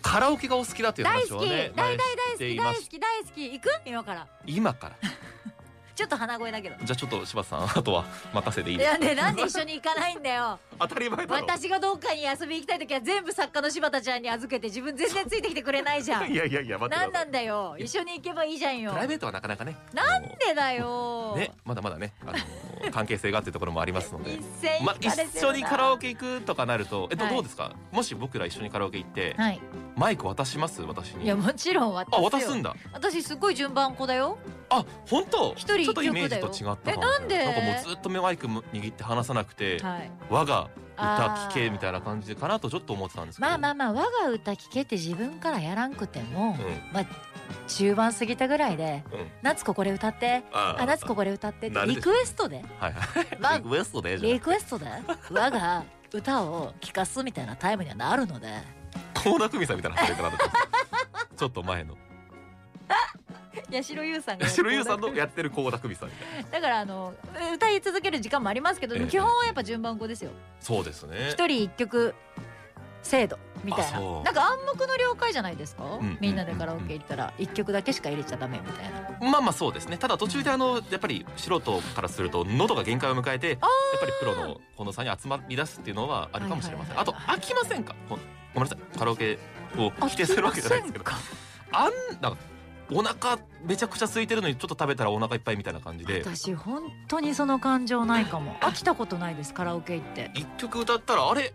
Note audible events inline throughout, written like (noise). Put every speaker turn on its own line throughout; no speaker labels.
カラオケがお好きだという
大
話
好
を
き、
ね前
大大大好
して
き
いま
大
し
好き大好き行く今から
今から
ちょっと鼻声だけど
じゃあちょっと柴田さん (laughs) あとは任せでいい
い
です
やねなんで一緒に行かないん
(laughs)
だよ
当たり前だろ
私がどっかに遊び行きたい時は全部作家の柴田ちゃんに預けて自分全然ついてきてくれないじゃん
(laughs) いやいやいや待って
な
く
ん
だ
な
さい
んだよ一緒に行けばいいじゃんよ
プラ
な
イ
んで
ベートはなかなかね
だ
あ
よ、
のねまだまだねあ
(laughs)
の関係性がっていうところもありますので
一斉
まあ
行かれてるな
一緒にカラオケ行くとかなるとえっと
はい
どうですかもし僕ら一緒にカラオケ行って
はい
マイク渡します私
い
に
や
あ
もちろん渡すよ
渡すんだ
私すごい順番子だよ
あ本当
一人一
ちょっとイメー
曲だ
ジ
よ
と違った
えなんで
なんかもうずっとマイク握って話さなくて
はい
我が歌
あー
聞けみたいな感じかなとちょっと思ってたんですけど
まあまあまあ我が歌聴けって自分からやらんくても、
うん
まあ中盤過ぎたぐらいで
うん
「夏子これ歌って」
あ
あ「夏子これ歌って」っ
な
て
る
リ
でし
クエス
(laughs)
トで
はい
ま
は
あ
いリクエストでじゃ
リクエストで我が歌を聴かすみたいなタイムにはなるので
高田久美さんみたいな働き方だったちょっと (laughs) 前の
八代優さん
白優さんのやってる高田久美さんみたいな
だからあの歌い続ける時間もありますけど、
ええ
基本はやっぱ順番語ですよ
そうですね
一人一曲制度みたい
あ
な
そう
なんか暗黙の了解じゃないですか、
ん
みんなでカラオケ行ったら一曲だけしか入れちゃダメみたいな
まあまあそうですねただ途中であのやっぱり素人からすると喉が限界を迎えてやっぱりプロの近野さんに集まり出すっていうのはあるかもしれません、
はいはい
あと飽きませんかこごめんなさいカラオケを否定するわけじゃないですけど
飽きま
あんなんかお腹めちゃくちゃ空いてるのにちょっと食べたらお腹いっぱいみたいな感じで
私本当にその感情ないかも飽きたことないですカラオケ行って
一曲歌ったらあれ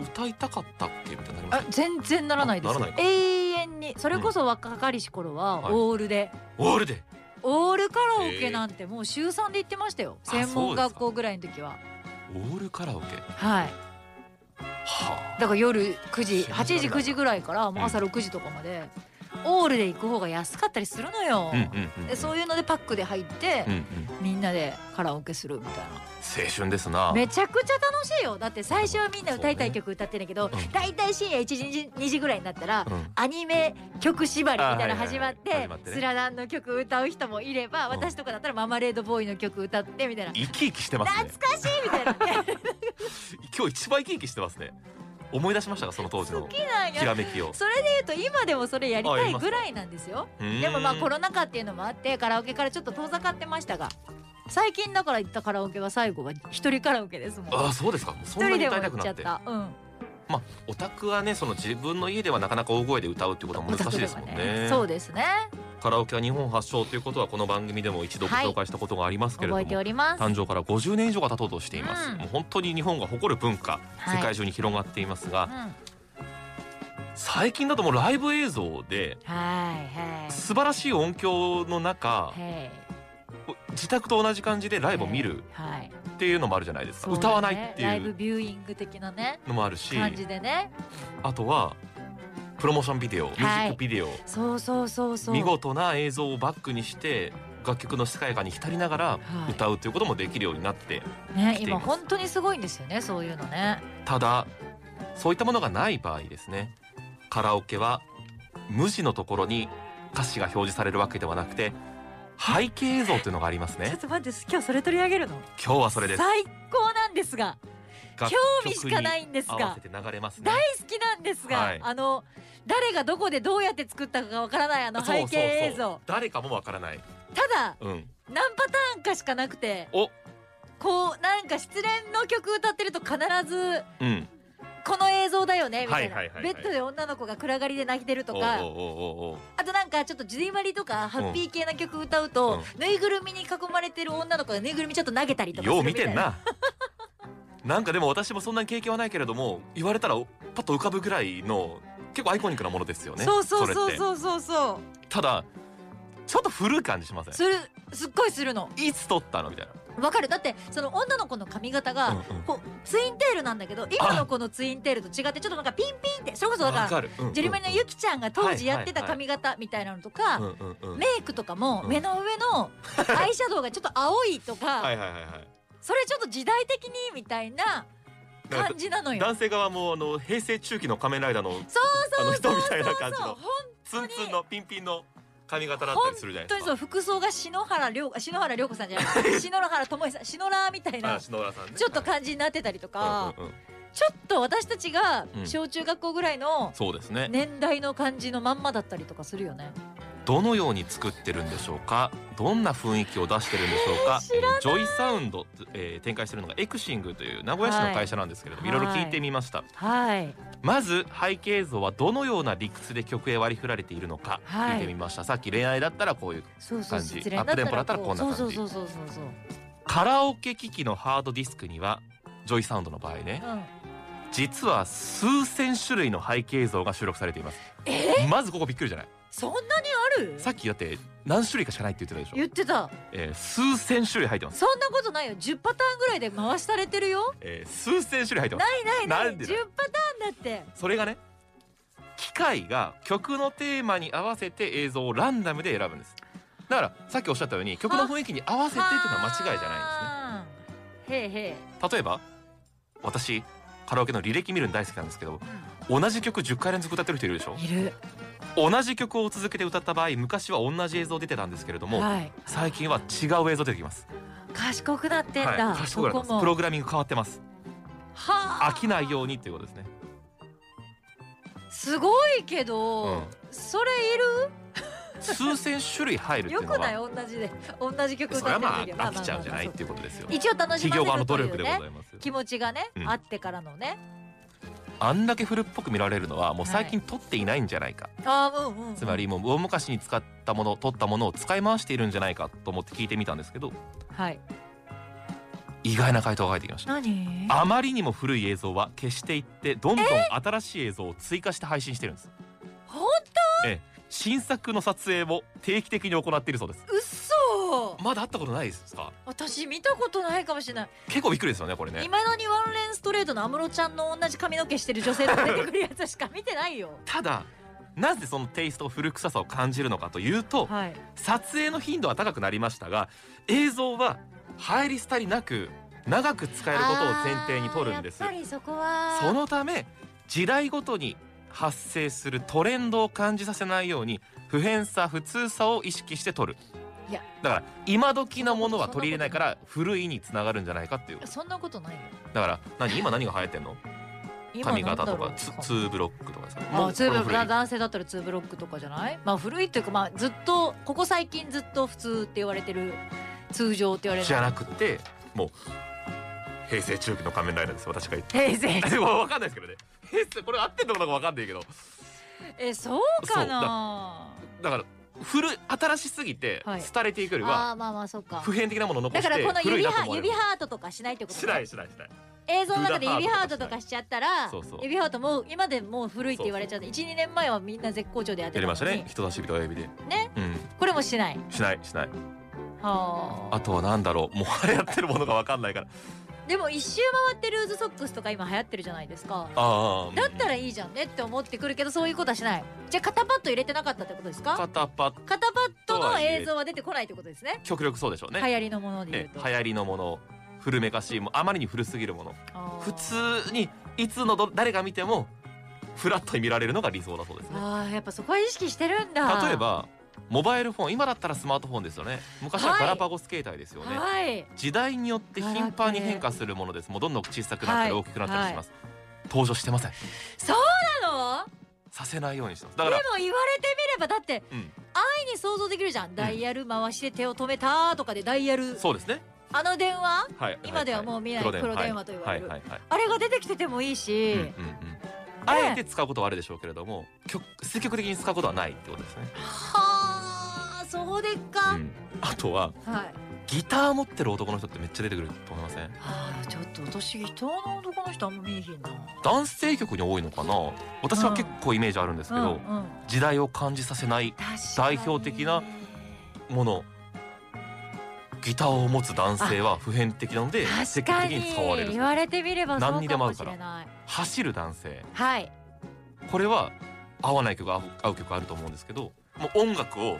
歌いたかったっけみたいになりま
あ
す
全然ならないです
あな
よ
らないか
永遠にそれこそ若かりし頃は
はい
オールで、
オールで
オールカラオケなんてもう週3で行ってましたよ
あそうで
専
すか
門学校ぐらいの時は
オールカラオケ
はい
はあ
だから夜9時
信じられない
8時9時ぐらいからもう朝6時とかまで、オールで行く方が安かったりするのよ、
うんうんうん
でそうういうのでパックで入って、
んうん
みんなでカラオケするみたいな
青春ですな
めちゃくちゃ楽しいよだって最初はみんな歌いたい曲歌ってんだけど、
そうねうん
大体深夜1時2時ぐらいになったら、
うん
アニメ曲縛りみたいなの
あはいはいはい
始まって,、
始まってね
スラダンの曲歌う人もいれば、
うん
私とかだったらママレードボーイの曲歌ってみたいな
生き生きしてますね
懐かしいみたいなね
今日一番生き生きしてますね思い出しましたかその当時
好
の
きなん
ひ
や
らめきを
それで言うと今でもそれやりたいぐらいなんですよでもまあコ
れ
ロナ禍っていうのもあってカラオケからちょっと遠ざかってましたが最近だから行ったカラオケは最後は一人カラオケですもん
ああそうですかもうそ
一
んな
人
に
でも
歌いた
行
く
っち
な
ゃ
っ
ってたうん
まあオタクはねその自分の家ではなかなか大声で歌うっていうことは難しいですもんね
お宅ではそうですね
カラオケは日本発祥ということはこの番組でも一度ご紹介したことがありますけれども、
覚えております
誕生から50年以上が経とうとしています、
うん
もう本当に日本が誇る文化、
はい
世界中に広がっていますが
うんはい
最近だともうライブ映像で
はい
素晴らしい音響の中
はい
自宅と同じ感じでライブを見る
はい
っていうのもあるじゃないですか、
そうだね
歌わないって
ラ
い
イブ
う
ビューイング的なね
のもあるし
感じでね
あとはプロモーションビデオミュージックビデオ、
そうそうそうそう
見事な映像をバックにして楽曲の世界観に浸りながら
はい
歌うということもできるようになって、
ね
来てい
今
ます
本当にすごいんですよねそういうのね
ただそういったものがない場合ですねカラオケは無地のところに歌詞が表示されるわけではなくて背景映像というのがあります
ちょっ
ね
と待って今日それ取り上げるの
今日はそれです
最高なんですが興味しかないいんです
合わ
が
せて流れますね
大好きなんですが、
はい
あの誰がどこでどうやって作ったかわからないあの背景映像
そうそうそう誰かもわからない
ただ
うん
何パターンかしかなくて
お
こうなんか失恋の曲歌ってると必ず
うん
この映像だよねみたいな、
はいはいはいはい
ベッドで女の子が暗がりで泣いてると
おう
か
おうおうおうおう
あとなんかちょっとジュディマリとかハッピー系な曲歌うと、ぬいぐるみに囲まれてる女の子がぬいぐるみちょっと投げたりとかす
よ
る
う見
みた
て
いなん
な (laughs) なんかでも私もそんなに経験はないけれども言われたらパッと浮かぶぐらいの結構アイコニックなものですよね
そうそうそう
れって
そうそうそう
ただちょっと古い感じしませ
するすっごいするの
んいつ撮ったのみたいな
わかるだってその女の子の髪型が、
うんうん
こうツインテールなんだけど今の子のツインテールと違ってちょっとなんかピンピンってそれこそだ
わ
から
かる、うんうん
ジェルマリのゆきちゃんが当時やってた
はいはいは
髪型みたいなのとか、
うんうんうん
メイクとかも
うん
目の上のアイシャドウがちょっと青いと
(laughs)
か、
はいはいはいはい
それちょっと時代的にみたいな
なんか
感じなのよ。
男性側もあの平成中期の仮面ライダーの
そう
あ
そ
の
うそう
人みたいな感じ
そう
の
本
ツン
に
ツンのピンピンの髪型だったりするじゃない
当
で
に
すか
そう服装が篠原涼子篠原涼
(laughs)
子さんじゃない篠原智恵さん篠原みたいな
あ篠原さんね
ちょっと感じになってたりとか、
うんうんうん
ちょっと私たちが
うん
小中学校ぐらいの
そうですね
年代の感じのまんまだったりとかするよね
どのように作ってるんでしょうかどんな雰囲気を出してるんでしょうか、えージョイサウンド、えー展開してるのがエクシングという名古屋市の会社なんですけれども、
はい
い、ろいろ聞いてみました
はい
まず背景映像はどのような理屈で曲へ割り振られているのか
はい
聞いてみました、さっき恋愛だったらこういう
そうそう
感じ
失恋だった
アップテンポだった
ら
ら
こ
こ
うん
な感じ
そうそうそうそうそう
カラオケ機器のハードディスクにはジョイサウンドの場合ね
そう、うん、
実は数千種類の背景映像が収録されています
え
まずここびっくりじゃない
そんなにある
さっきだって何種類かしかないって言ってたでし
言
ょ、
ってた
えー数千種類入ってます、
そんなことないよ10パターンぐらいで回されてるよ
えー数千種類入ってます
ないないない
なんで
10
だ
パターンだって
それがね機械が曲のテーマに合わせて映像をランダムで選ぶんですだからさっきおっしゃったように曲の雰囲気に合わせてっていうのは間違いじゃない
いですねへえへえ
んですね例えば私カラオケの履歴見るの大好きなんですけど同じ曲10回連続歌ってる人いるでしょ
いる
同じ曲を続けて歌った場合昔は同じ映像出てたんですけれども、
はい
最近は違う映像出てきます、
賢くなってんだ、
はい、賢くなってます
ここも
プログラミング変わってます
はあ
飽きないようにということですね
すごいけど、
うん
それいる
数千種類入るってい
よ
うのは
くない同じで同じ曲歌
それ
ってる
は
時は
まあ
まあ
飽きちゃうんじゃないっていうことですよ
一応楽し
企
ませ
業側の
ると
努
い
力
う
でござ
ね
いますよ
気持ちがね、
うん
あってからのね
あんだけ古っぽく見られるのはもう最近撮っていないんじゃないか、
ああうんうん
つまりもう大昔に使ったもの撮ったものを使い回しているんじゃないかと思って聞いてみたんですけど
はい
意外な回答が返ってきました
何
あまりにも古い映像は消していってどんどん新しい映像を追加して配信してるんです
ほん
ええ新作の撮影を定期的に行っているそうです
うっそ
まだ会ったことないですか
私見たことないかもしれない
結構びっくりですよねこれね
いまだにワンレンストレートの安室ちゃんの同じ髪の毛してる女性と出てくるやつしか見てないよ
ただなぜそのテイスト古臭さを感じるのかというと
はい
撮影の頻度は高くなりましたが映像は入り廃りなく長く使えることを前提に撮るんです
あーやっぱりそこは
そのため時代ごとに発生するトレンドを感じさせないように普遍さ普通さを意識して撮る
いや
だから今時のものは取り入れないから古いにつながるんじゃないかっていう
そんなことないよ
だから何今何が流行ってんの
今
髪
なん
型
だ
と
ろ
か
う
ツツーブロックとかさ
あツーブロ
こ
ッ
れも古
ク
い
男性だったらツーブロックとかじゃないまあ古いっていうかまあずっとここ最近ずっと普通って言われてる通常って言われる
じゃなくてもう平成中期の仮面ライダーです私が言って
平
(laughs)
成
でも分かんないですけどね平成これ合ってんのかどうか分かんないけど
えそうかな
だから古い新しすぎて
はい
廃れていくより
あ
は
あーまあまあそうか
普遍的なものを残
だ
し
から
て
この
古い
指
なと
ハ
思われ
指
る
ハートとかしないってこと
しないしないしない
映像の中で指ハートとかしちゃったら
そうそう
指ハートもう今でもう古いって言われちゃって12年前はみんな絶好調でやって
や
た
り
の
ました
に
ね人差し指と親指で
ね
うん
これもしない
しないしない
は
あとはなんだろうもう流行ってるものが分かんないから
でも一周回ってルーズソックスとか今流行ってるじゃないですか
あ
だったらいいじゃんねって思ってくるけどそういうことはしないじゃあ肩パッド入れてなかったってことです
あ
か
肩パッ
肩パッドの映像は出てこないってことですね
極力そうでしょう
流
ね
行りのもので言う
ええ
と
流行りのもの古めかしいもうあまりに古すぎるもの
あー
普通にいつのど誰が見てもフラットに見られるのが理想だそうですね
あーやっぱそこは意識してるんだ
例えばモバイルフォン今だったらスマートフォンですよね昔はガラパゴス携帯ですよね、
はい
時代によって頻繁に変化するものですもうどんどん小さくなったり
はい
大きくなったりします、登場してません
なの
させないようにしてます
で
だか
も
ら、
言われてみればだって
うん、
愛に想像できるじゃん、ダイヤル回して手を止めたとかでダイヤル
そうですね
あの電話
はい
今ではもう見ない黒電話と言われる
はいはいはい
あれが出てきててもいいし、
うんうんうんあえて使うことはあるでしょうけれども極積極的に使うことはないってことですね、
はあそうでっ
う
か、
ん、あとは
はい
ギター持ってる男の人ってめっちゃ出てくると思いません
あーちょっと私ギターの男の人あんま見えへんな
男性曲に多いのかな私は結構イメージあるんですけど、
うんうん
時代を感じさせない代表的なものギターを持つ男性は普遍的なので
確
積極
か
的
に
に使われる
言われてみればそ
何
う
に
か
でも合
も
う
し
か
れ
ら
ない
走る男性
はい
これは合わない曲合う合う曲あると思うんですけどもう音楽を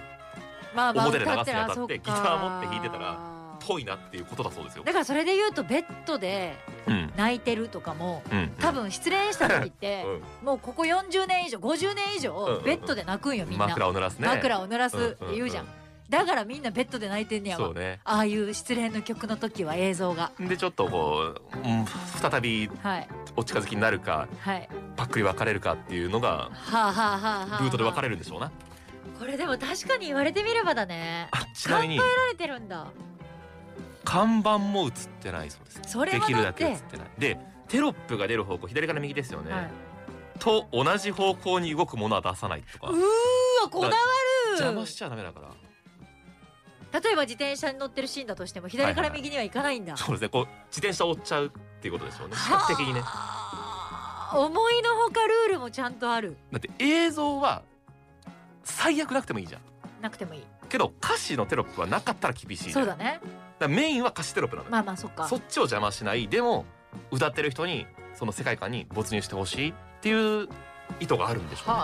まあまあ
表で流すに
歌
あた
っ
って
てあそっか
ギター持って弾いてたらぽいなっていうことだそうですよ。
だからそれで言うとベッドで
うん
泣いてるとかも
うん
多分失恋した時って
うん
もうここ40年以上50年以上
うんうん
ベッドで泣くんよみんな
枕を濡らすね。
枕を濡らす
うん
って言うじゃん。だからみんなベッドで泣いてんねや
そう
わ、
ね
ああいう失恋の曲の時は映像が
でちょっとこう、うん、再び
はい
お近づきになるか
はい
パックリ別れるかっていうのが
はあはあはあはあ
ルートで分か
れ
れるんでしょうな
これでも確かに言われてみればだね
あちなみに
られてるんだ
看板も映ってないそうです
それは
できるだけ
だ
映
っ
っててないでテロップが出る方向左から右ですよね、
はい、
と同じ方向に動くものは出さないとか
うーわこだわ
邪
る
魔しちゃダメだから
例えば自転車に乗ってるシーンだとしても左から右には行かないんだ、
そうですねこう自転車を追っちゃうっていうことですよね視
はあ
覚的にね
思いのほかルールもちゃんとある
だって映像は最悪なくてもいいじゃん
なくてもいい
けど歌詞のテロップはなかったら厳しいじゃん
そうだね
だからメインは歌詞テロップなのよ、
まあまあそっか
そっちを邪魔しないでも歌ってる人にその世界観に没入してほしいっていう意図があるんでしょうね
は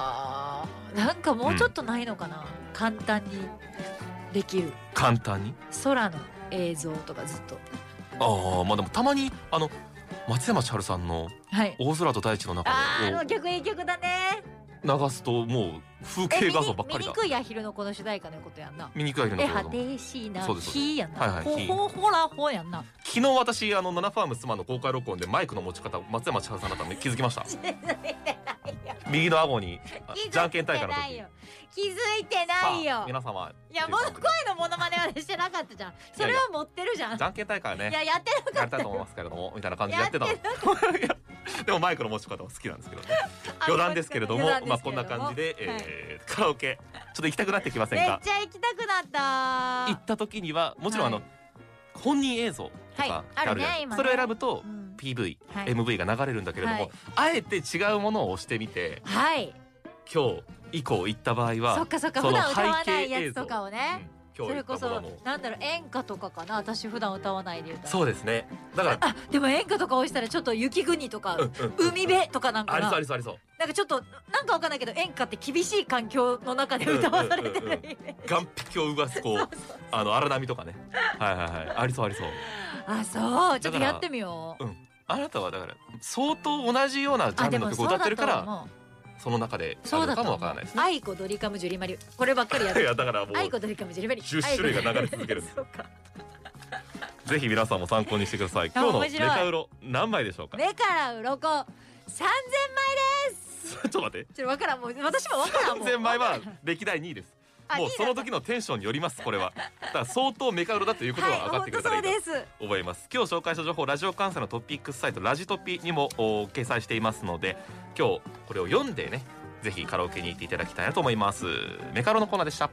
あなんかもうちょっとないのかな、簡単にできる
簡単に
空の映像とかずっと
ああまあでもたまにあの松山千春さんの
はい
大空と大地の中
あーあ
を
の曲いい曲だね
流すともう風
え
景画像ばっかりだ
醜いアヒルのこの主題歌のことやんな
見にくいの
え
こ
果
とも
てしいな
そうですそうです
ひやんな、
はいはい
ほ
ひ
ほほらほや
(laughs)
んな
昨日私あのナナファーム妻の公開録音でマイクの持ち方松山千春さんだったの気づきました
気づいてないよ
右の顎にあ
気
じゃ
づ
んけ
い
ん大
て
会の
ない
時
よ気づいてない
さあ
よ
皆様
いやもの声のモノマネはしてなかったじゃんそれは持ってるじゃんい
じゃんけん大会はね
ややってな
や
か
り
ったた
いと思いますけれどもみたいな感じでやってたの
やっ
いやでもマイクの持 (laughs) ち方は好きなんですけどね余談ですけれども
余談
まあ
ですけ
こん
れど
な
も
感じで、
はい
えーカラオケちょっと行きたくなってきませ
め
ん
っ
か
ちゃ行きたくな
行
っ
った時にはもちろんあの、
はい
本人映像とか
はい
ってあるじゃ
ある
な
ね
い
今ね
それを選ぶと
た、うん、
PV、
はい
MV が流れるんだけれども、
はい
あえて違うものを押してみて
はい
今日以降行った場合
そっ
は
かそっか
そ
普
の
段歌わな
背
い
景
や
映
つ
像
とかをね、
うん今日
そ
行
れ
っ
こ
たも
そ
のを
なんだろう演歌とかかな私普段歌わないで言うと
そうですねだから
あでも演歌とか押したらちょっと雪国と
う
か、 (laughs)
んうん
海辺とかなんか
ありそうあ
な
りそうありそう
なんかちょっとなんかわかんないけど演歌って厳しい環境の中で歌わされて
うんうん
る
うん岸壁を動かすこ
(laughs)
うあの荒波とかねはいはいはいありそうありそう
あそうちょっ
だか
と
ら
やってみよう
あなたはだから相当同じようなジャンルの曲を歌ってるから
思う
その中であ
そう
るの
だと
かも
思
わから
う
ないですね
アイコドリカムジュリマリこればっかりや
(laughs) い
る
やだからも
アイコ
う
ドリカムジュリマリ
10種類が流れ続ける
(laughs) そうか
ぜひ皆さんも参考にしてください今日のメ
面白い
カウロ何枚でしょうか
目から鱗三千枚です
(laughs) ちょっと待って
ちょっとわからんもう私もわからんも
3000枚は歴代2位です
あ
もう
リー
そ
ダー
の時のテンションによりますこれはだから相当メカウロだということは分かってくれたらいいと
はい本当そうです
思います今日紹介した情報ラジオ関西のトピックスサイトラジトピにもお掲載していますので今日これを読んでねぜひカラオケに行っていただきたいなと思いますメカロのコーナーでした